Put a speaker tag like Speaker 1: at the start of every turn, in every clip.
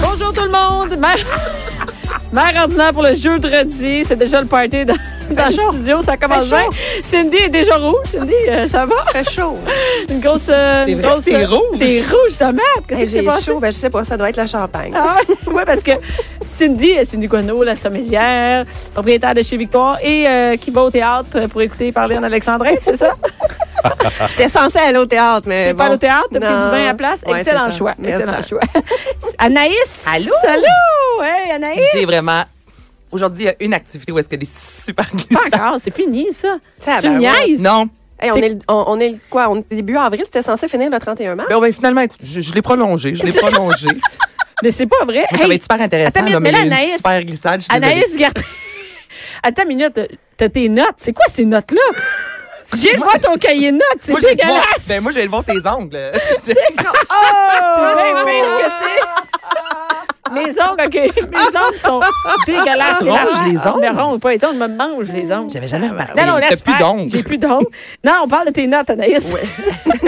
Speaker 1: Bonjour tout le monde! Mère, Mère ordinaire pour le jeudi. C'est déjà le party dans, dans le studio. Ça commence
Speaker 2: Fait
Speaker 1: bien.
Speaker 2: chaud.
Speaker 1: Cindy est déjà rouge. Cindy, euh, ça va?
Speaker 2: Très chaud.
Speaker 1: Une grosse. euh, une
Speaker 2: vrai,
Speaker 1: grosse
Speaker 2: t'es
Speaker 1: euh,
Speaker 2: rouge.
Speaker 1: T'es rouge, tomate. Qu'est-ce
Speaker 2: Hey,
Speaker 1: qui s'est
Speaker 2: J'ai
Speaker 1: passé?
Speaker 2: chaud, ben, je sais pas, ça doit être la champagne.
Speaker 1: Ah ouais, ouais, parce que Cindy, euh, Cindy Guano, la sommelière, propriétaire de chez Victoire et euh, qui va au théâtre pour écouter parler en Alexandrin, c'est ça?
Speaker 2: J'étais censée aller au théâtre, mais
Speaker 1: T'es
Speaker 2: bon.
Speaker 1: pas allée au théâtre, t'as pris
Speaker 2: Non.
Speaker 1: du bain à la place.
Speaker 2: Ouais,
Speaker 1: excellent
Speaker 2: c'est ça.
Speaker 1: choix,
Speaker 2: Merci.
Speaker 1: excellent choix. Anaïs!
Speaker 3: Allô?
Speaker 1: Allô! Hey, Anaïs!
Speaker 3: J'ai vraiment. Aujourd'hui, il y a une activité où est-ce que des super
Speaker 1: Pas
Speaker 3: glissades.
Speaker 1: encore, c'est fini ça.
Speaker 2: Ça,
Speaker 1: tu
Speaker 2: ben
Speaker 1: me
Speaker 2: ouais.
Speaker 1: niaises?
Speaker 3: Non.
Speaker 2: Hey, on,
Speaker 1: C'est-
Speaker 2: est le, on, on est le quoi? On est début avril, c'était censé finir le 31 mars.
Speaker 3: Bon, ben, finalement, écoute, je, je l'ai prolongé. Je l'ai prolongé.
Speaker 1: Mais c'est pas vrai.
Speaker 3: Mais ça
Speaker 1: Hey,
Speaker 3: va être super intéressant.
Speaker 1: attends,
Speaker 3: là,
Speaker 1: mais
Speaker 3: mais
Speaker 1: là,
Speaker 3: il y a
Speaker 1: Anaïs-
Speaker 3: une super glissade. Je suis désolée.
Speaker 1: Anaïs, garde. Attends une minute. T'as tes notes. C'est quoi ces notes-là? J'ai le droit à ton cahier de notes. C'est
Speaker 3: Moi, je vais te voir-
Speaker 1: dégueulasse.
Speaker 3: Ben, moi, je vais le voir tes ongles.
Speaker 1: C'est bien pire que t'es. Mes ongles, OK. Mes ongles sont dégueulasses.
Speaker 3: Tu ronges les ongles?
Speaker 1: Mais ronge pas les ongles. Je me mange les ongles.
Speaker 3: J'avais jamais remarqué.
Speaker 1: Non, non, laisse
Speaker 3: T'as plus
Speaker 1: faire.
Speaker 3: d'ongles.
Speaker 1: J'ai plus d'ongles. Non, on parle de tes notes, Anaïs.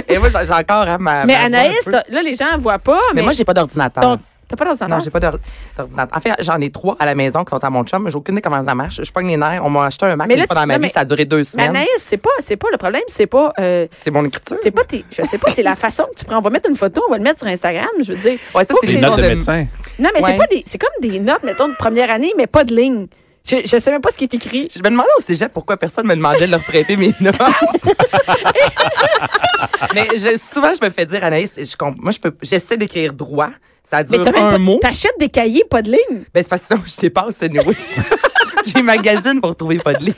Speaker 3: Et moi, j'ai j'ai encore hein, ma.
Speaker 1: Mais
Speaker 3: ma voix un
Speaker 1: Anaïs,
Speaker 3: peu.
Speaker 1: t'as- là, les gens voient pas. Mais,
Speaker 3: Mais moi, j'ai pas d'ordinateur.
Speaker 1: ton- T'as pas dans un
Speaker 3: Non, j'ai pas d'or- d'ordinateur. En fait, j'en ai trois à la maison qui sont à mon chum, mais j'ai aucune idée comment ça marche. Je pogne les nerfs. On m'a acheté un Mac
Speaker 1: Mais
Speaker 3: une
Speaker 1: là,
Speaker 3: fois dans ma
Speaker 1: non,
Speaker 3: vie.
Speaker 1: mais-
Speaker 3: Ça a duré deux
Speaker 1: Mais
Speaker 3: semaines.
Speaker 1: Anaïs, c'est pas, c'est pas le problème, c'est pas. euh,
Speaker 3: C'est mon écriture.
Speaker 1: C'est pas tes, je sais pas, c'est la façon que tu prends. On va mettre une photo, on va le mettre sur Instagram. Je veux dire.
Speaker 3: Ouais, ça,
Speaker 1: faut que
Speaker 3: c'est
Speaker 4: Les
Speaker 3: les
Speaker 1: les-
Speaker 4: notes de
Speaker 3: ordres de-
Speaker 4: médecin.
Speaker 1: Non, mais c'est
Speaker 3: Ouais.
Speaker 1: pas des, c'est comme des notes, mettons, de première année, mais pas de ligne. Je, je sais même pas ce qui est écrit.
Speaker 3: Je me demandais au cégep pourquoi personne me demandait de leur prêter mes notes. mais je- souvent, je me fais dire, Anaïs, je comp- moi, je peux- j'essaie d'écrire droit. Ça
Speaker 1: Mais
Speaker 3: dure
Speaker 1: t'as même
Speaker 3: un
Speaker 1: pas-
Speaker 3: mot.
Speaker 1: T'achètes des cahiers, pas de ligne.
Speaker 3: Ben, c'est parce que sinon, je dépasse, anyway. J'ai magazine pour trouver pas de ligne.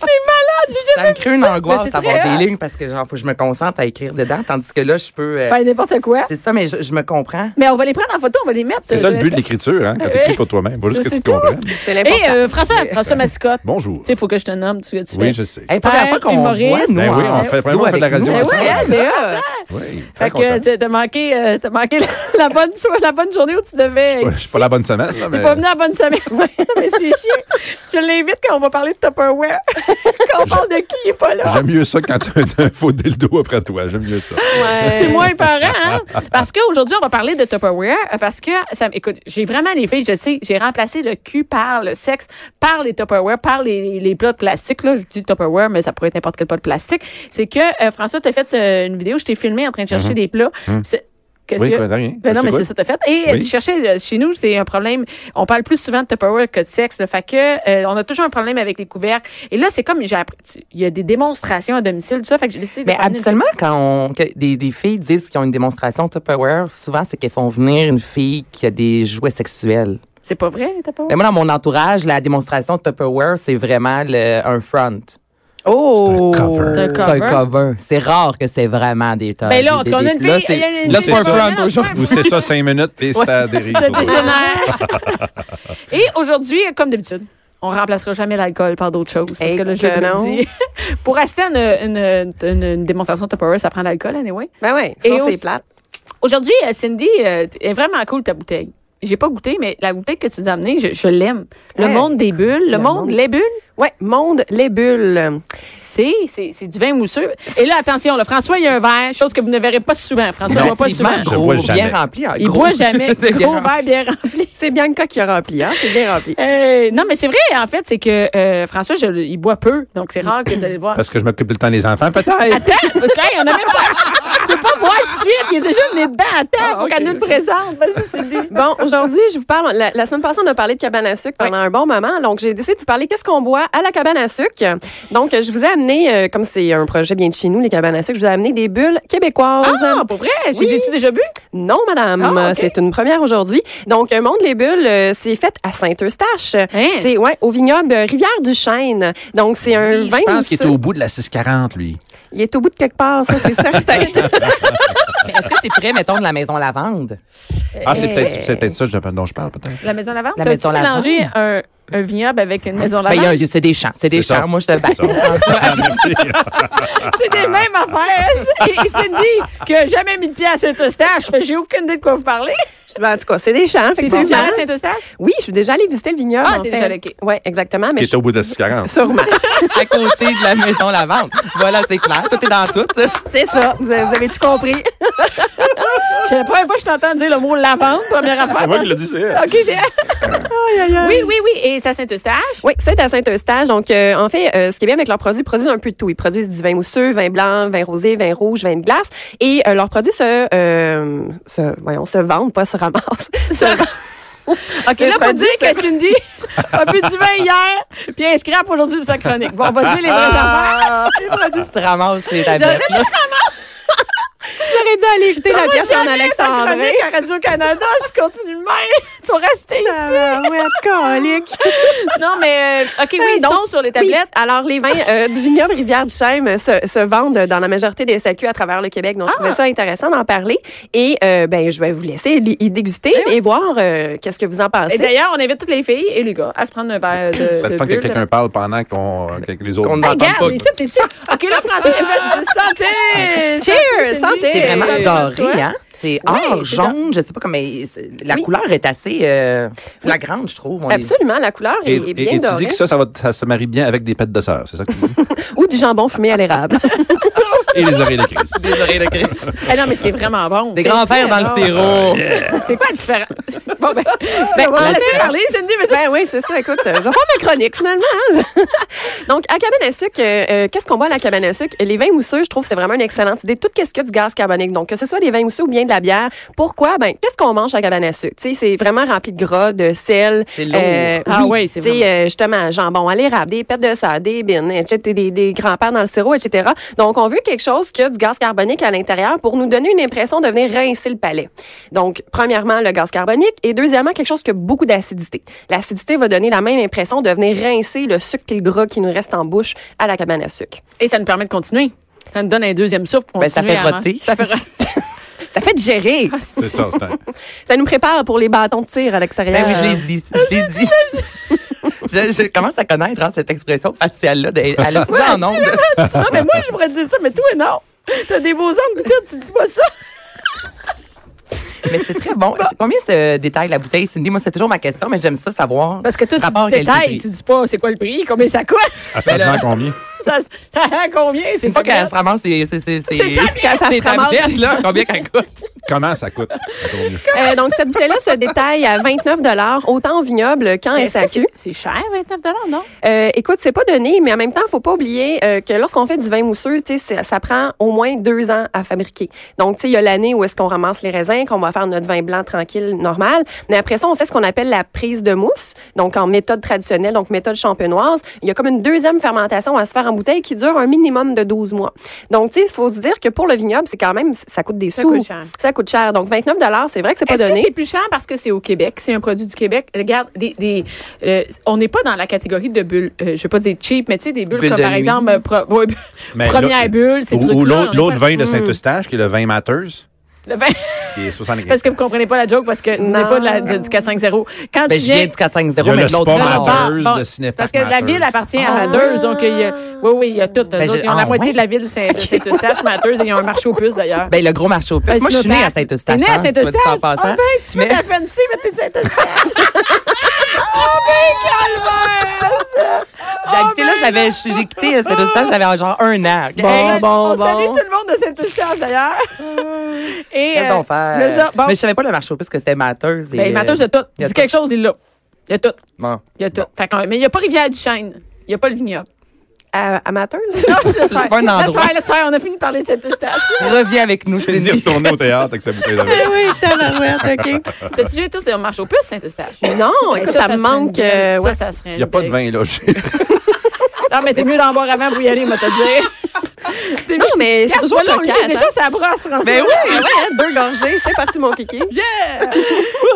Speaker 1: C'est malade, je
Speaker 3: Ça me crée une
Speaker 1: mais
Speaker 3: angoisse
Speaker 1: c'est hein? très
Speaker 3: d'avoir
Speaker 1: hot.
Speaker 3: des lignes parce que, genre, faut que je me concentre à écrire dedans, tandis que là, je peux. euh,
Speaker 1: Faire n'importe quoi.
Speaker 3: c'est ça, mais je, je me comprends.
Speaker 1: Mais on va les prendre en photo, on va les mettre.
Speaker 4: C'est ça
Speaker 1: euh,
Speaker 4: le but de l'écriture, hein, quand t'écris pour toi-même. Faut
Speaker 1: Ça,
Speaker 4: juste que tu
Speaker 1: c'est
Speaker 4: te comprennes.
Speaker 2: C'est
Speaker 1: Et
Speaker 2: l'important.
Speaker 1: euh, François, François Mascotte.
Speaker 4: Bonjour.
Speaker 1: Tu sais, il faut que je te nomme, tu sais ce que tu
Speaker 4: Oui,
Speaker 1: fais.
Speaker 4: je sais.
Speaker 3: Hey, première
Speaker 1: Père,
Speaker 3: fois qu'on
Speaker 1: humoriste.
Speaker 3: voit, nous,
Speaker 4: Ben oui, on
Speaker 3: en
Speaker 4: fait-
Speaker 3: studio
Speaker 4: la première fois de la
Speaker 3: avec
Speaker 4: radio
Speaker 3: nous,
Speaker 1: Ben
Speaker 4: ensemble.
Speaker 1: ouais,
Speaker 3: ouais.
Speaker 1: c'est
Speaker 2: Ah.
Speaker 1: hot.
Speaker 4: Oui, très
Speaker 1: Fait
Speaker 4: content.
Speaker 1: que tu- t'as manqué, euh, t'as manqué la, la bonne, so- la bonne journée où tu devais.
Speaker 4: Ouais,
Speaker 1: être
Speaker 4: Je suis pas la bonne semaine, là, mais
Speaker 1: Pas venu à bonne semaine. Ouais, mais c'est chiant. Je l'invite quand on va parler de Tupperware. quand on parle de qui, il est pas là.
Speaker 4: j'aime mieux ça quand t'as un faux dildo après toi. J'aime mieux ça.
Speaker 1: C'est moins parent, hein? Parce qu'aujourd'hui, on va parler de Tupperware. euh, Parce que, ça, m- écoute, j'ai vraiment les filles, je sais, j'ai remplacé le cul par le sexe, par les Tupperware, par les, les, les plats de plastique. Là, je dis Tupperware, mais ça pourrait être n'importe quel plat de plastique. C'est que, euh, François, t'as fait euh, une vidéo, je t'ai filmé en train de chercher des plats. C'est- Qu'est-ce
Speaker 4: Mhm.
Speaker 1: que-
Speaker 4: Oui, quoi, rien.
Speaker 1: Ben non,
Speaker 4: Je
Speaker 1: mais c'est
Speaker 4: t'écoute.
Speaker 1: ça, t'as fait. Et euh,
Speaker 4: Oui.
Speaker 1: tu cherchais, euh, chez nous, c'est un problème. On parle plus souvent de Tupperware que de sexe. Le fait que, euh, on a toujours un problème avec les couvercles. Et là, c'est comme, j'ai appris- tu- il y a des démonstrations à domicile, tout ça. Fait que j'ai décidé de
Speaker 3: Mais
Speaker 1: ramener une-
Speaker 3: habituellement, quand on, que des, des filles disent qu'ils ont une démonstration Tupperware, souvent, c'est qu'elles font venir une fille qui a des jouets sexuels.
Speaker 1: C'est pas vrai, les Tupperware?
Speaker 3: Mais moi, dans mon entourage, la démonstration Tupperware, c'est vraiment le- un front.
Speaker 1: Oh!
Speaker 4: C'est un cover.
Speaker 1: C'est un
Speaker 3: C'est un
Speaker 1: cover.
Speaker 3: cover. C'est rare que c'est vraiment des tonnes.
Speaker 1: Ben là, en
Speaker 3: des-
Speaker 1: tout cas, on a
Speaker 3: des-
Speaker 1: une
Speaker 3: Là,
Speaker 1: fille- il y a
Speaker 3: c'est
Speaker 1: une
Speaker 3: là,
Speaker 1: fille
Speaker 3: c'est pas un
Speaker 1: vraiment
Speaker 3: front
Speaker 1: dans ce
Speaker 3: aujourd'hui.
Speaker 4: Ou c'est ça cinq minutes et ça dérive.
Speaker 1: Ça dégénère. Et aujourd'hui, comme d'habitude, on remplacera jamais l'alcool par d'autres choses. Parce
Speaker 2: Eh
Speaker 1: que le
Speaker 2: que
Speaker 1: jeudi, pour assister à une, une, une, une démonstration Tupperware, ça prend de l'alcool, anyway.
Speaker 2: Ben oui,
Speaker 1: Et
Speaker 2: sinon
Speaker 1: au-
Speaker 2: c'est plate.
Speaker 1: Aujourd'hui, euh, Cindy, euh, t- est vraiment cool ta bouteille. J'ai pas goûté, mais la bouteille que tu nous as amenée, je, je l'aime. Le
Speaker 2: Ouais.
Speaker 1: monde des bulles, le,
Speaker 2: Le
Speaker 1: monde,
Speaker 2: monde.
Speaker 1: les bulles,
Speaker 2: Ouais, monde, les bulles.
Speaker 1: c'est, c'est, c'est du vin mousseux. Et là, attention, le François, il y a un verre, chose que vous ne verrez pas souvent. François,
Speaker 3: Non,
Speaker 1: ne boit pas souvent.
Speaker 3: effectivement,
Speaker 4: Je
Speaker 3: gros,
Speaker 4: vois jamais.
Speaker 3: bien rempli. hein,
Speaker 1: Il
Speaker 3: gros.
Speaker 1: boit jamais.
Speaker 3: C'est
Speaker 1: Gros
Speaker 3: bien.
Speaker 1: verre bien rempli.
Speaker 2: C'est Bianca qui a rempli, hein? C'est bien rempli.
Speaker 1: Euh, non, mais c'est vrai, en fait, c'est que euh, François, je- il boit peu, donc c'est rare que vous allez le voir.
Speaker 4: Parce que je m'occupe tout le temps des enfants, peut-être.
Speaker 1: Attends, OK, on a même pas. Tu peux pas boire tout de suite, il est déjà venu dedans. Attends,
Speaker 4: Ah,
Speaker 1: faut qu'elle nous le présente. Vas-y, Cindy.
Speaker 2: Bon, aujourd'hui, je vous parle. La, la semaine passée, on a parlé de cabane à sucre pendant un bon moment. Donc, j'ai décidé de vous parler qu'est-ce qu'on boit à la cabane à sucre. Donc, je vous ai amené, euh, comme c'est un projet bien de chez nous, les cabanes à sucre, je vous ai amené des bulles québécoises.
Speaker 1: Ah, pour vrai?
Speaker 2: Oui.
Speaker 1: J'ai-tu déjà bu?
Speaker 2: Non, madame,
Speaker 1: Ah, ok.
Speaker 2: c'est une première aujourd'hui. Donc, un Monde les Bulles, euh, c'est fait à Saint-Eustache.
Speaker 1: Hein?
Speaker 2: C'est ouais, au vignoble euh, Rivière-du-Chêne. Donc, c'est un
Speaker 4: Oui,
Speaker 2: vin
Speaker 4: je pense qu'il est
Speaker 2: mousseux.
Speaker 4: au bout de la 640, lui.
Speaker 2: Il est au bout de quelque part, ça, c'est certain.
Speaker 3: Mais Est-ce que c'est prêt, mettons, de la maison Lavande?
Speaker 4: Ah, c'est peut-être c'est peut-être ça dont je parle, peut-être.
Speaker 1: La maison Lavande?
Speaker 3: La
Speaker 1: T'as-tu
Speaker 3: Maison Lavande?
Speaker 1: mélangé un, un vignoble avec une maison
Speaker 3: Ben,
Speaker 1: Lavande?
Speaker 3: il y a- il y a- c'est des champs, c'est des
Speaker 4: C'est ça.
Speaker 3: champs. Moi, je te bats.
Speaker 4: C'est ça. Merci.
Speaker 1: C'est des mêmes
Speaker 3: Ah.
Speaker 1: affaires. Et, et Cindy, qui n'a jamais mis de pied à Saint-Eustache, fait, j'ai aucune idée de quoi vous parlez.
Speaker 2: Je- ben, en tout cas, c'est des champs,
Speaker 1: Tu
Speaker 2: effectivement.
Speaker 1: à Saint-Eustache?
Speaker 2: Oui, je suis déjà allée visiter le vignoble.
Speaker 1: Ah,
Speaker 2: en
Speaker 1: t'es
Speaker 2: fait.
Speaker 1: déjà allée, ok.
Speaker 2: Oui, exactement. Mais
Speaker 4: Qui est au bout de 640.
Speaker 2: Sûrement.
Speaker 3: à côté de la maison Lavande. Voilà, c'est clair. Tout est dans tout.
Speaker 2: C'est ça. Vous avez, vous avez tout compris.
Speaker 1: C'est la première fois que je t'entends dire le mot lavande, première affaire.
Speaker 4: Ah, moi qui l'ai dit, c'est elle.
Speaker 1: OK, c'est... Oui, oui, oui. Et c'est à Saint-Eustache?
Speaker 2: Oui, c'est à Saint-Eustache. Donc, euh, en fait, euh, ce qui est bien avec leurs produits, ils produisent un peu de tout. Ils produisent du vin mousseux, vin blanc, vin rosé, vin rouge, vin de glace. Et euh, leurs produits se, euh, se, voyons, se vendent, pas se ramassent. Se ra-
Speaker 1: OK, là, faut
Speaker 2: produit,
Speaker 1: dire que Cindy a bu du vin hier, puis elle scrape aujourd'hui pour sa chronique. Bon, on va dire les vraies affaires.
Speaker 3: Ah, les produits se ramassent, les tablettes. là.
Speaker 2: J'aurais dû aller écouter la pièce en
Speaker 1: Jamais Ah, sa
Speaker 2: Alexandre.
Speaker 1: chronique à Radio-Canada, si tu continues de même, tu vas rester
Speaker 2: hein.
Speaker 1: ici. Non, mais... euh, OK, oui, ils
Speaker 2: Donc,
Speaker 1: sont sur les
Speaker 2: Oui,
Speaker 1: tablettes.
Speaker 2: Alors, les vins euh, du vignoble Rivière-du-Chême euh, se, se vendent dans la majorité des SAQ à travers le Québec. Donc, je trouvais ça intéressant d'en parler. Et euh, ben, je vais vous laisser li- y déguster et, voir euh, qu'est-ce que vous en
Speaker 1: Et
Speaker 2: pensez.
Speaker 1: d'ailleurs, on invite toutes les filles et les gars à se prendre un verre de,
Speaker 4: Ça
Speaker 1: de
Speaker 4: le fun que
Speaker 1: bulle.
Speaker 4: quelqu'un parle pendant qu'on euh, que les autres.
Speaker 3: Qu'on
Speaker 4: parlent.
Speaker 3: n'entend
Speaker 1: Regarde,
Speaker 3: pas.
Speaker 1: mais ici, t'es-tu? OK, là, François, elle fait santé!
Speaker 2: Cheers! Santé!
Speaker 3: C'est vraiment
Speaker 1: Santé,
Speaker 3: doré,
Speaker 1: François.
Speaker 3: hein? C'est or,
Speaker 1: Oui, c'est
Speaker 3: jaune, je sais pas comment. mais c'est- La
Speaker 2: Oui.
Speaker 3: couleur est assez euh, flagrante, je trouve. On est-
Speaker 2: Absolument, la couleur est,
Speaker 4: Et,
Speaker 2: est
Speaker 4: et-
Speaker 2: bien
Speaker 4: et tu
Speaker 2: dorée.
Speaker 4: dis que ça, ça, va, ça se marie bien avec des pêtes de sœur, c'est ça que tu dis?
Speaker 2: Ou du jambon fumé à l'érable.
Speaker 4: et les oreilles de Christ.
Speaker 3: Des oreilles de Christ.
Speaker 1: Ah non, mais c'est vraiment bon.
Speaker 3: Des grands-pères dans le sirop.
Speaker 1: C'est quoi la différence? Bon, ben, ben on va
Speaker 2: la
Speaker 1: laisser
Speaker 2: différence.
Speaker 1: parler, Cindy, mais c'est...
Speaker 2: ben oui, c'est ça. Écoute, euh, je vais faire ma chronique finalement. hein. Donc, à cabane à sucre, euh, euh, qu'est-ce qu'on boit à la cabane à sucre? Les vins mousseux, je trouve, c'est vraiment une excellente idée. Tout qu'est-ce que du gaz carbonique. Donc, que ce soit des vins mousseux ou bien de la bière. Pourquoi? Ben, qu'est-ce qu'on mange à cabane à sucre? Tu sais, c'est vraiment rempli de gras, de sel. euh,
Speaker 3: C'est lourd.
Speaker 1: Ah oui, c'est
Speaker 2: Tu sais,
Speaker 1: vraiment-
Speaker 2: euh, justement, jambon à l'érable, des pertes de ça, des bines, etc., des, des grands-pères dans le sirop, etc. Donc, on veut quelque chose qui a du gaz carbonique à l'intérieur pour nous donner une impression de venir rincer le palais. Donc, premièrement, le gaz carbonique et deuxièmement, quelque chose qui a beaucoup d'acidité. L'acidité va donner la même impression de venir rincer le sucre et le gras qui nous reste en bouche à la cabane à sucre.
Speaker 1: Et ça nous permet de continuer. Ça nous donne un deuxième souffle pour
Speaker 3: Ben, ça
Speaker 1: continuer
Speaker 3: fait
Speaker 1: à-
Speaker 3: roter.
Speaker 1: Ça fait roter.
Speaker 2: Ça fait digérer.
Speaker 1: Ah,
Speaker 4: C'est ça, c'est un.
Speaker 2: Ça nous prépare pour les bâtons de tir à l'extérieur.
Speaker 3: Ben oui, je l'ai dit. Je l'ai dit. Je, je commence à connaître hein, cette expression faciale-là. de- Elle a dit ça en
Speaker 1: non,
Speaker 3: ondes.
Speaker 1: Ah, mais moi, je pourrais te dire ça, mais toi, non. T'as des beaux ongles, putain, tu dis pas ça.
Speaker 3: Mais c'est très bon. C'est- Combien se détaille la bouteille, Cindy? Moi, c'est toujours ma question, mais j'aime ça savoir.
Speaker 1: Parce que toi, tu
Speaker 3: rapport
Speaker 1: dis détail,
Speaker 3: qualité-prix.
Speaker 1: tu dis pas c'est quoi le prix, combien ça coûte,
Speaker 4: Ah, ça se vend combien?
Speaker 1: ça, ça a combien, c'est
Speaker 3: Une fois
Speaker 1: pas
Speaker 3: qu'elle se ramasse, c'est. c'est- c'est- c'est-
Speaker 2: Quand ça
Speaker 3: c'est
Speaker 2: se ramasse.
Speaker 3: tablette, là, combien qu'elle coûte?
Speaker 4: Comment ça coûte? Encore mieux.
Speaker 2: Euh, donc, cette bouteille-là se détaille à 29 autant en vignoble qu'en
Speaker 1: Est-ce que
Speaker 2: SAQ.
Speaker 1: c'est- C'est cher, 29 non?
Speaker 2: Euh, écoute, c'est pas donné, mais en même temps, faut pas oublier euh, que lorsqu'on fait du vin mousseux, tu sais, c'est- ça prend au moins deux ans à fabriquer. Donc, tu sais, il y a l'année où est-ce qu'on ramasse les raisins, qu'on va faire notre vin blanc tranquille, normal. Mais après ça, on fait ce qu'on appelle la prise de mousse, donc en méthode traditionnelle, donc méthode champenoise. Il y a comme une deuxième fermentation à se faire en bouteille qui dure un minimum de 12 mois. Donc, tu sais, il faut se dire que pour le vignoble, c'est quand même, ça coûte des
Speaker 1: Ça
Speaker 2: sous.
Speaker 1: coûte cher.
Speaker 2: Ça coûte cher. Donc, 29 c'est vrai que c'est pas
Speaker 1: Est-ce que
Speaker 2: donné.
Speaker 1: c'est plus cher parce que c'est au Québec, c'est un produit du Québec? Regarde, des, des, euh, on n'est pas dans la catégorie de bulles, euh, je veux pas dire cheap, mais tu sais, des bulles
Speaker 3: Bulles
Speaker 1: comme
Speaker 3: de
Speaker 1: par
Speaker 3: nuit.
Speaker 1: exemple, euh, pro- ouais,
Speaker 4: Mais
Speaker 1: première
Speaker 4: l'autre-
Speaker 1: bulle, ces
Speaker 4: Ou,
Speaker 1: trucs-là.
Speaker 4: ou
Speaker 1: on
Speaker 4: l'autre
Speaker 1: est
Speaker 4: l'autre
Speaker 1: pas- Hmm.
Speaker 4: vin de Saint-Eustache, qui est le vin Matters,
Speaker 1: Le vin-
Speaker 4: qui est 60
Speaker 1: parce que vous comprenez pas la joke, parce que n'est pas de la, de- du 450. Quand
Speaker 3: Ben,
Speaker 1: tu
Speaker 3: je viens
Speaker 1: viens...
Speaker 3: du
Speaker 4: Il y
Speaker 3: 450,
Speaker 4: a
Speaker 3: mais
Speaker 4: le
Speaker 3: de l'autre
Speaker 4: sport
Speaker 3: bord.
Speaker 4: amateur. Matheuse, de
Speaker 1: c'est
Speaker 4: Cinépark
Speaker 1: parce que la
Speaker 4: Matheuse.
Speaker 1: ville appartient à Matheuse, donc il y a, oui, oui, il y a tout. eux
Speaker 3: Ben, je-
Speaker 1: autres, ils ont la
Speaker 3: ah,
Speaker 1: moitié
Speaker 3: ouais.
Speaker 1: de la ville Saint- de Saint-Eustache, Matheuse, et ils ont un marché aux puces d'ailleurs.
Speaker 3: Ben, le gros marché aux puces.
Speaker 1: Ben,
Speaker 3: Moi, je suis née à
Speaker 1: Snowpack.
Speaker 3: Saint-Eustache.
Speaker 1: T'es née à
Speaker 3: hein, soit dit en
Speaker 1: Saint-Eustache? Ah
Speaker 3: passant.
Speaker 1: ben, tu fais
Speaker 3: Mais-
Speaker 1: ta fancy, mais t'es Saint-Eustache. oh ben, calvaire!
Speaker 3: J'habitais là, j'avais, j'ai quitté euh, cet hôpital, j'avais genre un an.
Speaker 2: Bon, bon,
Speaker 1: on salue
Speaker 2: bon.
Speaker 1: tout le monde de Saint-Eustache, d'ailleurs. Et,
Speaker 3: Qu'est-ce qu'on
Speaker 1: euh, mais ça,
Speaker 3: fait?
Speaker 1: bon,
Speaker 3: Mais je savais pas le marché aux puces que c'était Matheuse.
Speaker 1: ben, il m'attache de tout.
Speaker 3: il y a
Speaker 1: Dis quelque chose, il l'a. Il y a tout.
Speaker 3: Bon.
Speaker 1: Il y a tout. Fait qu'on- mais il n'y a pas Rivière-du-Chêne. Il n'y a pas le vignoble.
Speaker 2: À- amateuse?
Speaker 1: C'est
Speaker 3: pas un endroit.
Speaker 1: Le soir, le soir, on a fini de parler de Saint-Eustache.
Speaker 3: Reviens avec nous,
Speaker 4: C'est venir
Speaker 3: Cindy.
Speaker 4: tourner au théâtre avec sa bouteille de vin.
Speaker 2: oui, OK.
Speaker 1: T'as-tu déjà tous on marche aux puces, Saint-Eustache?
Speaker 2: Non, écoute, ça,
Speaker 1: serait
Speaker 2: me
Speaker 1: une
Speaker 2: manque.
Speaker 1: belle-
Speaker 2: euh, ouais.
Speaker 1: Ça, ça serait
Speaker 4: Il n'y a pas de vin logé.
Speaker 1: Non, mais t'es mieux d'en boire avant pour y aller, moi, te dire. T'es
Speaker 2: Non,
Speaker 1: mieux-
Speaker 2: mais c'est
Speaker 1: Regarde,
Speaker 2: toujours
Speaker 1: voilà, on le hein?
Speaker 2: cocasse, hein.
Speaker 1: lit déjà, ça brosse, François.
Speaker 3: Ben oui!
Speaker 2: Ah ouais, hein, deux gorgées, c'est parti mon kiki.
Speaker 3: Yeah!
Speaker 2: euh.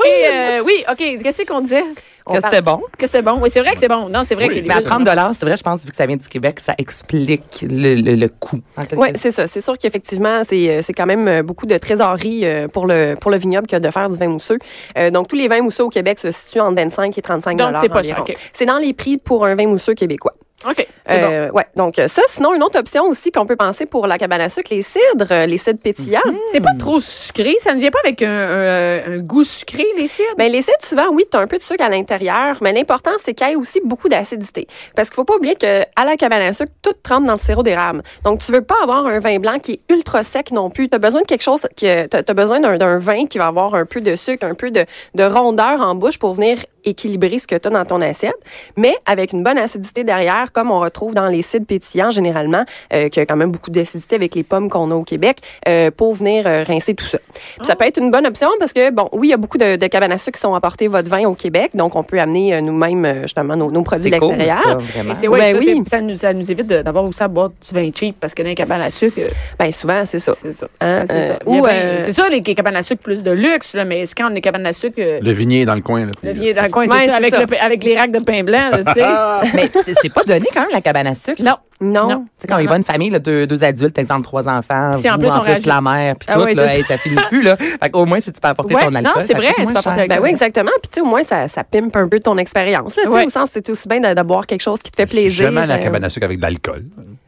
Speaker 1: Et, euh, oui, OK, qu'est-ce qu'on disait? On
Speaker 3: Que
Speaker 1: parle-
Speaker 3: c'était bon.
Speaker 1: Que c'était bon. Oui, c'est vrai que c'est bon. Non, c'est vrai
Speaker 4: Oui,
Speaker 1: que les
Speaker 4: mais
Speaker 3: Mais à
Speaker 1: bulles-
Speaker 3: 30 c'est vrai, je pense, vu que ça vient du Québec, ça explique le, le, le coût. en quelque
Speaker 2: Oui, c'est ça. C'est sûr qu'effectivement, c'est euh, c'est quand même euh, beaucoup de trésorerie euh, pour le pour le vignoble que de faire du vin mousseux. Euh, donc tous les vins mousseux au Québec se situent entre 25 et 35
Speaker 1: Donc, c'est pas cher,
Speaker 2: environ.
Speaker 1: ok.
Speaker 2: C'est dans les prix pour un vin mousseux québécois.
Speaker 1: OK. c'est bon.
Speaker 2: Euh, ouais. Donc euh, ça, sinon une autre option aussi qu'on peut penser pour la cabane à sucre, les cidres, euh, les cidres pétillants.
Speaker 1: C'est pas trop sucré. Ça ne vient pas avec un, euh, un- un goût sucré, les cidres?
Speaker 2: Ben, les cidres, souvent, oui, tu as un peu de sucre à l'intérieur, mais l'important, c'est qu'il y ait aussi beaucoup d'acidité. Parce qu'il faut pas oublier que à la cabane à sucre, tout trempe dans le sirop d'érable. Donc, tu veux pas avoir un vin blanc qui est ultra sec non plus. Tu as besoin de quelque chose, qui tu as, besoin d'un d'un vin qui va avoir un peu de sucre, un peu de, de rondeur en bouche pour venir équilibrer ce que tu as dans ton assiette, mais avec une bonne acidité derrière, comme on retrouve dans les cidres pétillants généralement, euh, qui a quand même beaucoup d'acidité avec les pommes qu'on a au Québec, euh, pour venir euh, rincer tout ça. Puis
Speaker 1: Ah.
Speaker 2: Ça peut être une bonne option parce que, bon, oui, il y a beaucoup de, de cabanes à sucre qui sont apportées votre vin au Québec, donc on peut amener euh, nous-mêmes euh, justement nos, nos produits
Speaker 3: C'est cool,
Speaker 2: d'extérieur.
Speaker 3: ça, vraiment.
Speaker 1: Et c'est ouais,
Speaker 2: Ben
Speaker 1: ça,
Speaker 2: oui.
Speaker 1: c'est- ça, nous, ça nous évite de- d'avoir aussi à boire du vin cheap parce que dans les cabanes à sucre, euh,
Speaker 2: Ben souvent, c'est ça.
Speaker 1: c'est ça.
Speaker 2: Hein,
Speaker 1: Ah, c'est ça.
Speaker 2: euh,
Speaker 1: Il y a
Speaker 2: ou,
Speaker 1: bien-
Speaker 2: euh,
Speaker 1: c'est ça, les, les cabanes à sucre plus de luxe, là, mais c'est quand on est cabane à sucre, euh,
Speaker 4: Le vignier est dans le coin. Là,
Speaker 1: le vieil dans le coin,
Speaker 2: Ouais,
Speaker 1: c'est
Speaker 2: c'est
Speaker 1: ça, avec,
Speaker 2: ça.
Speaker 1: le pa- avec les racks de pain blanc, là, tu
Speaker 4: Ah!
Speaker 1: sais.
Speaker 3: Mais c'est c'est pas donné quand même la cabane à sucre.
Speaker 1: non.
Speaker 2: Non.
Speaker 1: Non.
Speaker 3: Tu sais, quand il va une famille, là, deux, deux adultes, exemple, trois enfants,
Speaker 1: Si en
Speaker 3: vous,
Speaker 1: plus, on réagit-
Speaker 3: la mère, puis
Speaker 1: Ah
Speaker 3: tout,
Speaker 1: ouais,
Speaker 3: là,
Speaker 1: c'est
Speaker 3: hey, ça finit plus, là. Fait qu'au moins, si tu peux apporter
Speaker 1: Ouais,
Speaker 3: ton
Speaker 1: non,
Speaker 3: alcool,
Speaker 1: c'est
Speaker 3: ça
Speaker 1: vrai,
Speaker 3: coûte
Speaker 1: tu
Speaker 3: moins
Speaker 1: peux
Speaker 3: cher.
Speaker 1: apporter-
Speaker 2: Ben oui, exactement. Puis tu sais, au moins, ça, ça pimpe un peu ton expérience. là. Tu sais,
Speaker 1: Ouais.
Speaker 2: Au sens, c'est aussi bien de, de boire quelque chose qui te fait
Speaker 4: J'ai
Speaker 2: plaisir.
Speaker 4: Jamais à la
Speaker 2: euh,
Speaker 4: cabane à sucre avec de l'alcool.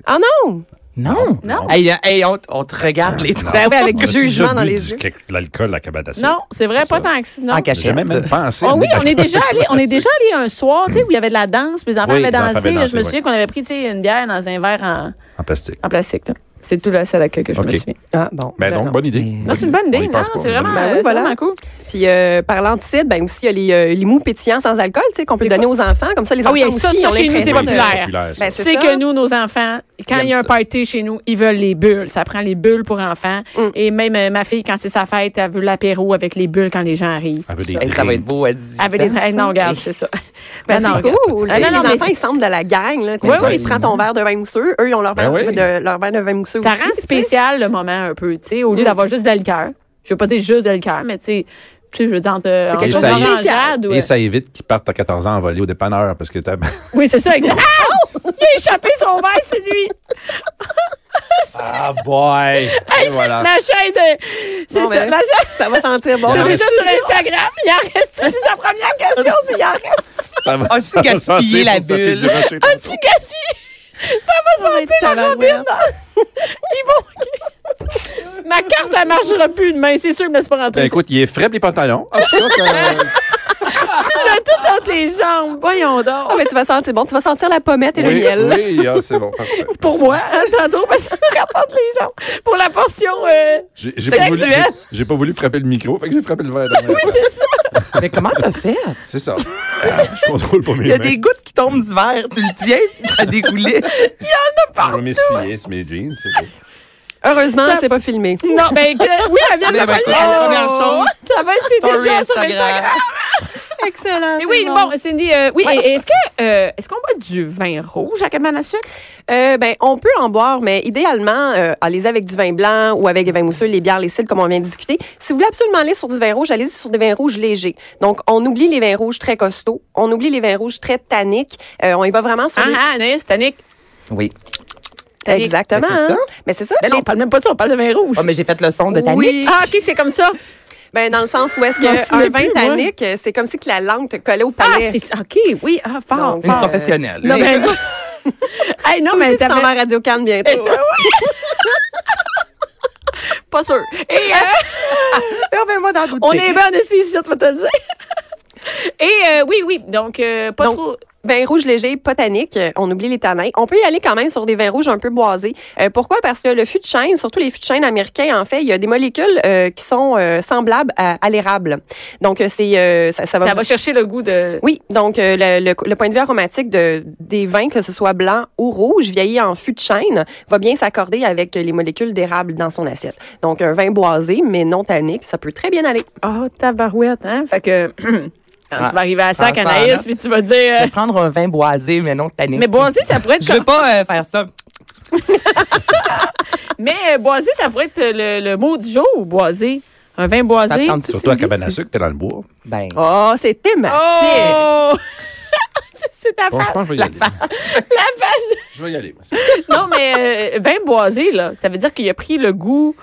Speaker 2: Ah non!
Speaker 3: Non!
Speaker 1: Non.
Speaker 3: Hey, euh, hey, on, on te
Speaker 4: Ah,
Speaker 3: regarde les trois.
Speaker 2: Ben oui, avec
Speaker 4: On a-tu
Speaker 2: jugement
Speaker 4: déjà
Speaker 2: dans
Speaker 4: bu
Speaker 2: les
Speaker 4: du-
Speaker 2: yeux.
Speaker 4: quelque- De l'alcool à la cabane à sucre.
Speaker 1: Non, c'est vrai,
Speaker 4: C'est
Speaker 1: pas
Speaker 4: ça.
Speaker 1: tant que ça. non.
Speaker 3: En
Speaker 4: J'ai
Speaker 3: cachette.
Speaker 4: jamais même pensé.
Speaker 1: Ah
Speaker 4: à
Speaker 1: oui,
Speaker 4: des-
Speaker 1: on est déjà allé, on est déjà allé un soir, tu sais, où il y avait de la danse, puis les enfants
Speaker 4: Oui,
Speaker 1: avaient
Speaker 4: les enfants
Speaker 1: dansé.
Speaker 4: avaient
Speaker 1: là, je
Speaker 4: dansé,
Speaker 1: me
Speaker 4: oui.
Speaker 1: souviens qu'on avait pris, tu sais, une bière dans un verre en,
Speaker 4: En plastique.
Speaker 1: en plastique. là. C'est tout la seule accueil que je
Speaker 4: Ok.
Speaker 1: me souviens.
Speaker 2: Ah bon.
Speaker 4: Ben donc,
Speaker 3: non.
Speaker 4: bonne idée.
Speaker 1: Non, c'est une bonne
Speaker 4: On y
Speaker 1: idée, non?
Speaker 4: pense pas,
Speaker 1: C'est
Speaker 4: bonne
Speaker 1: vraiment,
Speaker 4: idée.
Speaker 2: Ben oui,
Speaker 1: euh, c'est
Speaker 2: voilà.
Speaker 1: vraiment cool.
Speaker 2: Puis euh, parlant de cidre, ben aussi, il y a les, euh, les mous pétillants sans alcool, tu sais, qu'on peut
Speaker 1: C'est
Speaker 2: donner aux enfants. Comme ça, les
Speaker 1: Ah
Speaker 2: enfants
Speaker 1: oui, ça,
Speaker 2: aussi
Speaker 1: ça,
Speaker 2: ont
Speaker 1: chez nous, c'est
Speaker 2: l'impression de-
Speaker 1: populaire.
Speaker 4: ça.
Speaker 2: Ben,
Speaker 1: Tu
Speaker 2: c'est
Speaker 1: sais
Speaker 2: ça.
Speaker 1: que nous, nos enfants, quand il y a un
Speaker 3: ça.
Speaker 1: party chez nous, ils veulent les bulles. Ça prend les bulles pour enfants.
Speaker 2: Mm.
Speaker 1: Et même euh, ma fille, quand c'est sa fête, elle veut l'apéro avec les bulles quand les gens arrivent.
Speaker 4: Elle veut
Speaker 1: tout
Speaker 4: des
Speaker 1: ça.
Speaker 3: Hey, ça va être beau à 18
Speaker 1: Elle veut des...
Speaker 3: ans.
Speaker 1: Hey, non, regarde, c'est ça.
Speaker 2: Ben,
Speaker 1: Non, non,
Speaker 2: c'est
Speaker 1: regarde.
Speaker 2: cool.
Speaker 1: Ah, non, non,
Speaker 2: les
Speaker 1: mais
Speaker 2: enfants,
Speaker 1: c'est-
Speaker 2: ils semblent de la gang. Là, tu sais.
Speaker 1: Oui,
Speaker 2: Toi,
Speaker 1: oui.
Speaker 2: tu prends ton verre de vin mousseux. Eux, ils ont leur verre
Speaker 4: Ben oui.
Speaker 2: de, leur verre de vin
Speaker 1: Ça
Speaker 2: mousseux aussi. Mm.
Speaker 1: rend spécial le moment un peu, tu sais, au lieu d'avoir juste de la liqueur. Je veux pas dire juste de la liqueur, mais tu sais, tu sais, je veux dire entre entre
Speaker 4: quelque
Speaker 1: une
Speaker 4: chose de
Speaker 1: orangeade ou-
Speaker 4: Et ça évite qu'ils partent à 14 ans en volée au dépanneur parce que t'as.
Speaker 1: Oui, c'est ça, exact. Ah! Il a échappé son verre, c'est lui.
Speaker 4: Ah, boy! Et voilà.
Speaker 1: La chaise, euh, c'est
Speaker 2: Bon,
Speaker 1: ça.
Speaker 2: ben,
Speaker 1: La chaise,
Speaker 2: ça va sentir bon.
Speaker 4: Il y en
Speaker 1: c'est
Speaker 4: reste-
Speaker 1: déjà sur Instagram. Il en reste-tu? C'est sa première question, c'est il en reste-tu?
Speaker 4: Ça va,
Speaker 3: Ah, c'est gaspiller la bulle.
Speaker 1: Ah, tu gaspilles! Ça va sentir la
Speaker 2: tabarouette.
Speaker 1: robine! Ils vont... Ma carte, elle marchera plus demain, c'est sûr, mais c'est pas
Speaker 4: Ben,
Speaker 1: rentré.
Speaker 4: écoute, il est frais les pantalons.
Speaker 3: Ah,
Speaker 4: En tout cas, quand-
Speaker 1: tu l'as tout entre les jambes, ben, voyons donc.
Speaker 2: Ah, mais tu vas sentir bon. Tu vas sentir la pommette et le
Speaker 4: oui,
Speaker 2: miel.
Speaker 4: oui, ah, c'est bon. parfait.
Speaker 1: Pour moi, hein, tantôt, parce que je rentre entre les jambes. Pour la portion... euh,
Speaker 4: J'ai j'ai pas, voulu-
Speaker 3: Sexuel.
Speaker 4: j'ai- j'ai pas voulu frapper le micro, fait que j'ai frappé le verre. dans la-
Speaker 1: C'est ça.
Speaker 3: Mais comment t'as fait?
Speaker 4: C'est ça. Ah, je contrôle pas mes
Speaker 3: Il y a
Speaker 4: mains.
Speaker 3: des gouttes qui tombent du verre, tu le tiens, puis ça dégoulait.
Speaker 4: Je vais m'essuyer sur mes jeans. c'est bon.
Speaker 2: Heureusement,
Speaker 1: Ça-
Speaker 2: c'est pas filmé.
Speaker 1: Non, ben que- oui, elle vient de
Speaker 3: Mais
Speaker 1: le
Speaker 3: ben,
Speaker 1: faire.
Speaker 3: la première chose,
Speaker 1: Ça va, c'est
Speaker 3: Story
Speaker 1: déjà sur Instagram.
Speaker 3: Instagram.
Speaker 2: Excellent.
Speaker 1: Mais oui, Ah, bon, Cindy, euh, oui, et- et est-ce que euh, est-ce qu'on boit du vin rouge à cabane à sucre?
Speaker 2: Euh, ben, on peut en boire, mais idéalement, euh, allez-y avec du vin blanc ou avec des vins mousseux, les bières, les cidres, comme on vient de discuter. Si vous voulez absolument aller sur du vin rouge, allez-y sur des vins rouges légers. Donc, on oublie les vins rouges très costauds, on oublie les vins rouges très tanniques. Euh, on y va vraiment sur
Speaker 1: Ah,
Speaker 2: des-
Speaker 1: ah, Anaïs, Tannic.
Speaker 3: Oui.
Speaker 1: tannique.
Speaker 2: Exactement.
Speaker 3: Ben, c'est
Speaker 2: hein. Mais c'est ça.
Speaker 1: Mais non, on parle même pas de ça, on parle de vin rouge.
Speaker 3: Oh, mais j'ai fait le son de Tannic.
Speaker 2: Oui.
Speaker 1: Ah, OK, c'est comme ça.
Speaker 2: Ben, dans le sens où est-ce
Speaker 1: Je m'en souviens
Speaker 2: qu'un vin
Speaker 1: plus, moi.
Speaker 2: tannique, euh, c'est comme si que la langue te collait au
Speaker 1: Ah,
Speaker 2: palais.
Speaker 1: c'est ça. OK, oui, ah, fort,
Speaker 2: Donc,
Speaker 3: Une
Speaker 2: Ah,
Speaker 1: fort.
Speaker 3: professionnelle.
Speaker 1: Non, mais... hey, non, mais
Speaker 2: Aussi, tu
Speaker 1: t'avais
Speaker 2: t'en vas à Radio Cannes bientôt.
Speaker 1: pas sûr. Et euh,
Speaker 3: moi dans d'autres
Speaker 1: on
Speaker 3: pays.
Speaker 1: est bien ici, ici, on va te le dire. Et euh, oui, oui, donc euh, pas
Speaker 2: Donc,
Speaker 1: trop...
Speaker 2: Vin rouge léger, pas tannique, euh, on oublie les tanins. On peut y aller quand même sur des vins rouges un peu boisés. Euh, pourquoi? Parce que le fût de chêne, surtout les fûts de chêne américains, en fait, il y a des molécules euh, qui sont euh, semblables à, à l'érable. Donc, euh, c'est euh, ça, ça va...
Speaker 1: Ça va chercher le goût de...
Speaker 2: Oui, donc euh, le, le- le point de vue aromatique de, des vins, que ce soit blanc ou rouge, vieilli en fût de chêne, va bien s'accorder avec les molécules d'érable dans son assiette. Donc, un vin boisé, mais non tannique, ça peut très bien aller.
Speaker 1: Oh, tabarouette, hein? Fait que... quand
Speaker 3: Ouais.
Speaker 1: tu vas arriver à ça,
Speaker 3: Prends ça en
Speaker 1: Anaïs,
Speaker 3: note.
Speaker 1: puis tu vas dire...
Speaker 3: Je
Speaker 1: euh,
Speaker 3: vais prendre un vin boisé, mais non tannique.
Speaker 1: mais boisé, ça pourrait être
Speaker 3: Je veux pas euh, faire ça.
Speaker 1: Mais euh, boisé, ça pourrait être le, le mot du jour, boisé. Un vin boisé.
Speaker 3: T'attends-tu,
Speaker 4: Surtout à
Speaker 3: Sylvie,
Speaker 4: cabane à
Speaker 3: c'est-
Speaker 4: sucre, t'es dans le bois.
Speaker 3: Ben,
Speaker 2: Oh, c'est thématique.
Speaker 1: Oh! C'est ta
Speaker 4: Bon, je
Speaker 1: face.
Speaker 4: pense que je vais y aller.
Speaker 1: La face.
Speaker 4: Je vais y aller.
Speaker 1: Non, mais euh, vin boisé, là, ça veut dire qu'il a pris le goût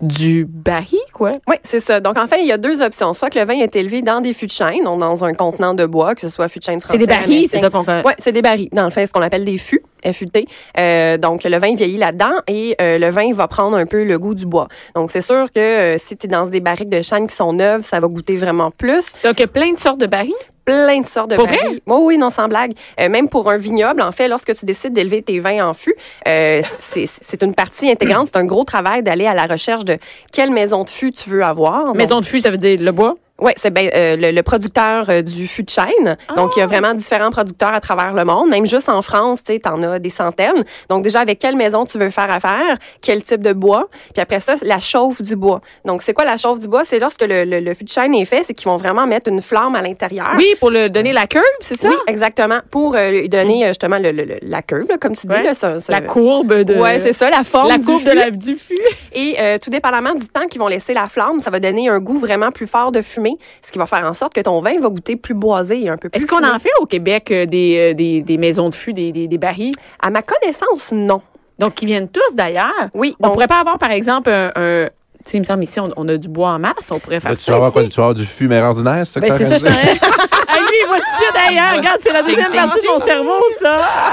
Speaker 1: du baril, quoi.
Speaker 2: Oui, c'est ça. Donc, enfin, il y a deux options. Soit que le vin est élevé dans des fûts de chêne, donc dans un contenant de bois, que ce soit fût de chêne français.
Speaker 1: C'est des barils, c'est ça qu'on connaît.
Speaker 2: Oui, c'est des barils. Dans le fait, ce qu'on appelle des fûts, FUT. Euh, donc, le vin vieillit là-dedans et euh, le vin va prendre un peu le goût du bois. Donc, c'est sûr que euh, si tu es dans des barriques de chêne qui sont neuves, ça va goûter vraiment plus.
Speaker 1: Donc, il y a plein de sortes de barils.
Speaker 2: Plein de sortes de
Speaker 1: Pour
Speaker 2: barils. Oui, oui, non, sans blague. Euh, même pour un vignoble, en fait, lorsque tu décides d'élever tes vins en fût, euh, c'est c'est une partie intégrante. C'est un gros travail d'aller à la recherche de quelle maison de fût tu veux avoir. Donc,
Speaker 1: Maison de fût, ça veut dire le bois.
Speaker 2: oui, c'est ben, euh, le, le producteur euh, du fût de chêne. Donc,
Speaker 1: Ah!
Speaker 2: il y a vraiment différents producteurs à travers le monde. Même juste en France, tu sais, t'en as des centaines. Donc, déjà, avec quelle maison tu veux faire affaire, quel type de bois, puis après ça, la chauffe du bois. Donc, c'est quoi la chauffe du bois? C'est lorsque le, le, le fût de chêne est fait, c'est qu'ils vont vraiment mettre une flamme à l'intérieur.
Speaker 1: Oui, pour le donner la curve, c'est ça?
Speaker 2: Oui, exactement. Pour euh, lui donner euh, justement le, le- le- la curve, là, comme tu dis.
Speaker 1: Ouais.
Speaker 2: Là, ça- ça-
Speaker 1: La courbe de.
Speaker 2: Ouais, c'est ça, la forme
Speaker 1: La
Speaker 2: du
Speaker 1: courbe de
Speaker 2: fût.
Speaker 1: la, du fût.
Speaker 2: Et euh, tout dépendamment du temps qu'ils vont laisser la flamme, ça va donner un goût vraiment plus fort de fumée, ce qui va faire en sorte que ton vin va goûter plus boisé et un peu plus.
Speaker 1: Est-ce qu'on
Speaker 2: fumé.
Speaker 1: en fait au Québec euh, des, euh, des, des maisons de fût, des, des, des barils?
Speaker 2: À ma connaissance, non.
Speaker 1: Donc, qui viennent tous d'ailleurs.
Speaker 2: Oui,
Speaker 1: On
Speaker 2: donc-
Speaker 1: pourrait pas avoir, par exemple, un. un- tu sais, il me semble ici, on, on a du bois en masse. On pourrait faire
Speaker 4: Là, tu vas
Speaker 1: ça.
Speaker 4: avoir quoi?
Speaker 1: Ici.
Speaker 4: Tu vas avoir du fumeur ordinaire, c'est ça que
Speaker 1: Ben, c'est ça,
Speaker 4: t'as
Speaker 1: je t'en
Speaker 4: réalisé?
Speaker 1: Ah, lui, il va dessus d'ailleurs. Regarde, c'est la deuxième partie de mon cerveau, ça.
Speaker 3: Ah,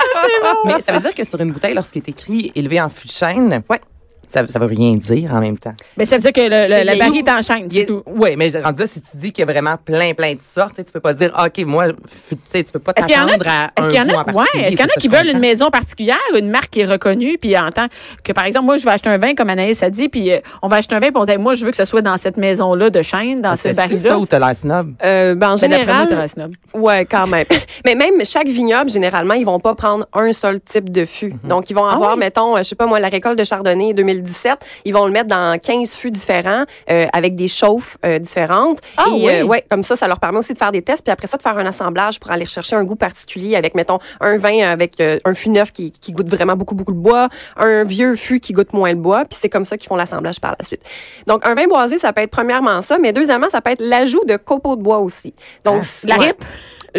Speaker 3: mais ça veut dire que sur une bouteille, lorsqu'il est écrit élevé en fût de chêne, ouais. ça, ça veut rien dire en même temps.
Speaker 1: Mais ça veut dire que le, le- la
Speaker 3: Il-
Speaker 1: barille est en chaîne,
Speaker 3: Il y
Speaker 1: c'est
Speaker 3: a-
Speaker 1: tout.
Speaker 3: Ouais, mais j'ai rendu là, si tu dis qu'il y a vraiment plein, plein de sortes, tu sais, tu peux pas dire, ah, OK, moi, fût- tu sais, tu peux pas
Speaker 1: Est-ce qu'il y en a,
Speaker 3: t'attendre à
Speaker 1: est-ce
Speaker 3: un
Speaker 1: qu'il y en
Speaker 3: goût
Speaker 1: a, ouais,
Speaker 3: particulier,
Speaker 1: est-ce qu'il y en
Speaker 3: c'est ça,
Speaker 1: a qui
Speaker 3: je
Speaker 1: veulent
Speaker 3: comprends.
Speaker 1: une maison particulière, une marque qui est reconnue, puis en tant que, par exemple, moi, je vais acheter un vin, comme Anaïs a dit, puis euh, on va acheter un vin, puis on dit, moi, je veux que ce soit dans cette maison-là de chaîne, dans ce
Speaker 3: C'est Ah, ça
Speaker 1: baril-là.
Speaker 3: ou t'as l'air snob?
Speaker 2: Euh, ben, en
Speaker 1: Ben, d'après moi,
Speaker 2: général,
Speaker 1: t'as la snob.
Speaker 2: ouais, quand même. Mais même chaque vignoble, généralement, ils vont pas prendre un seul type de fût. Donc, ils vont avoir,
Speaker 1: Mhm. Ah oui?
Speaker 2: mettons, euh, je sais pas moi, la récolte de Chardonnay 2017, ils vont le mettre dans 15 fûts différents euh, avec des chauffes euh, différentes.
Speaker 1: Ah
Speaker 2: et,
Speaker 1: oui?
Speaker 2: euh, ouais, comme ça, ça leur permet aussi de faire des tests, puis après ça, de faire un assemblage pour aller chercher un goût particulier avec, mettons, un vin avec euh, un fût neuf qui, qui goûte vraiment beaucoup, beaucoup le bois, un vieux fût qui goûte moins le bois, puis c'est comme ça qu'ils font l'assemblage par la suite. Donc, un vin boisé, ça peut être premièrement ça, mais deuxièmement, ça peut être l'ajout de copeaux de bois aussi. Donc,
Speaker 1: La
Speaker 2: ouais.
Speaker 1: rip?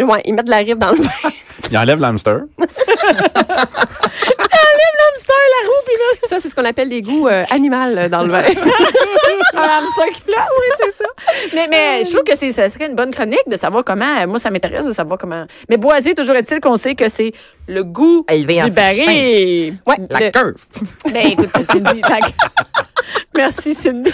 Speaker 2: Ouais, ils mettent de la rip dans le vin.
Speaker 4: Il enlève l'hamster.
Speaker 1: hamster, la roue, puis là,
Speaker 2: Ça, c'est ce qu'on appelle des goûts euh, animaux euh, dans le vin.
Speaker 1: un Ah, hamster qui flotte. Oui, c'est ça. Mais, mais je trouve que c'est, ça serait une bonne chronique de savoir comment. euh, Moi, ça m'intéresse de savoir comment. Mais boisé, toujours est-il qu'on sait que c'est le goût
Speaker 3: Élevé en
Speaker 1: du
Speaker 3: fût de
Speaker 1: baril.
Speaker 2: Ouais,
Speaker 3: La
Speaker 2: le-
Speaker 3: curve!
Speaker 1: Ben, écoute, Cindy, la- Merci, Cindy.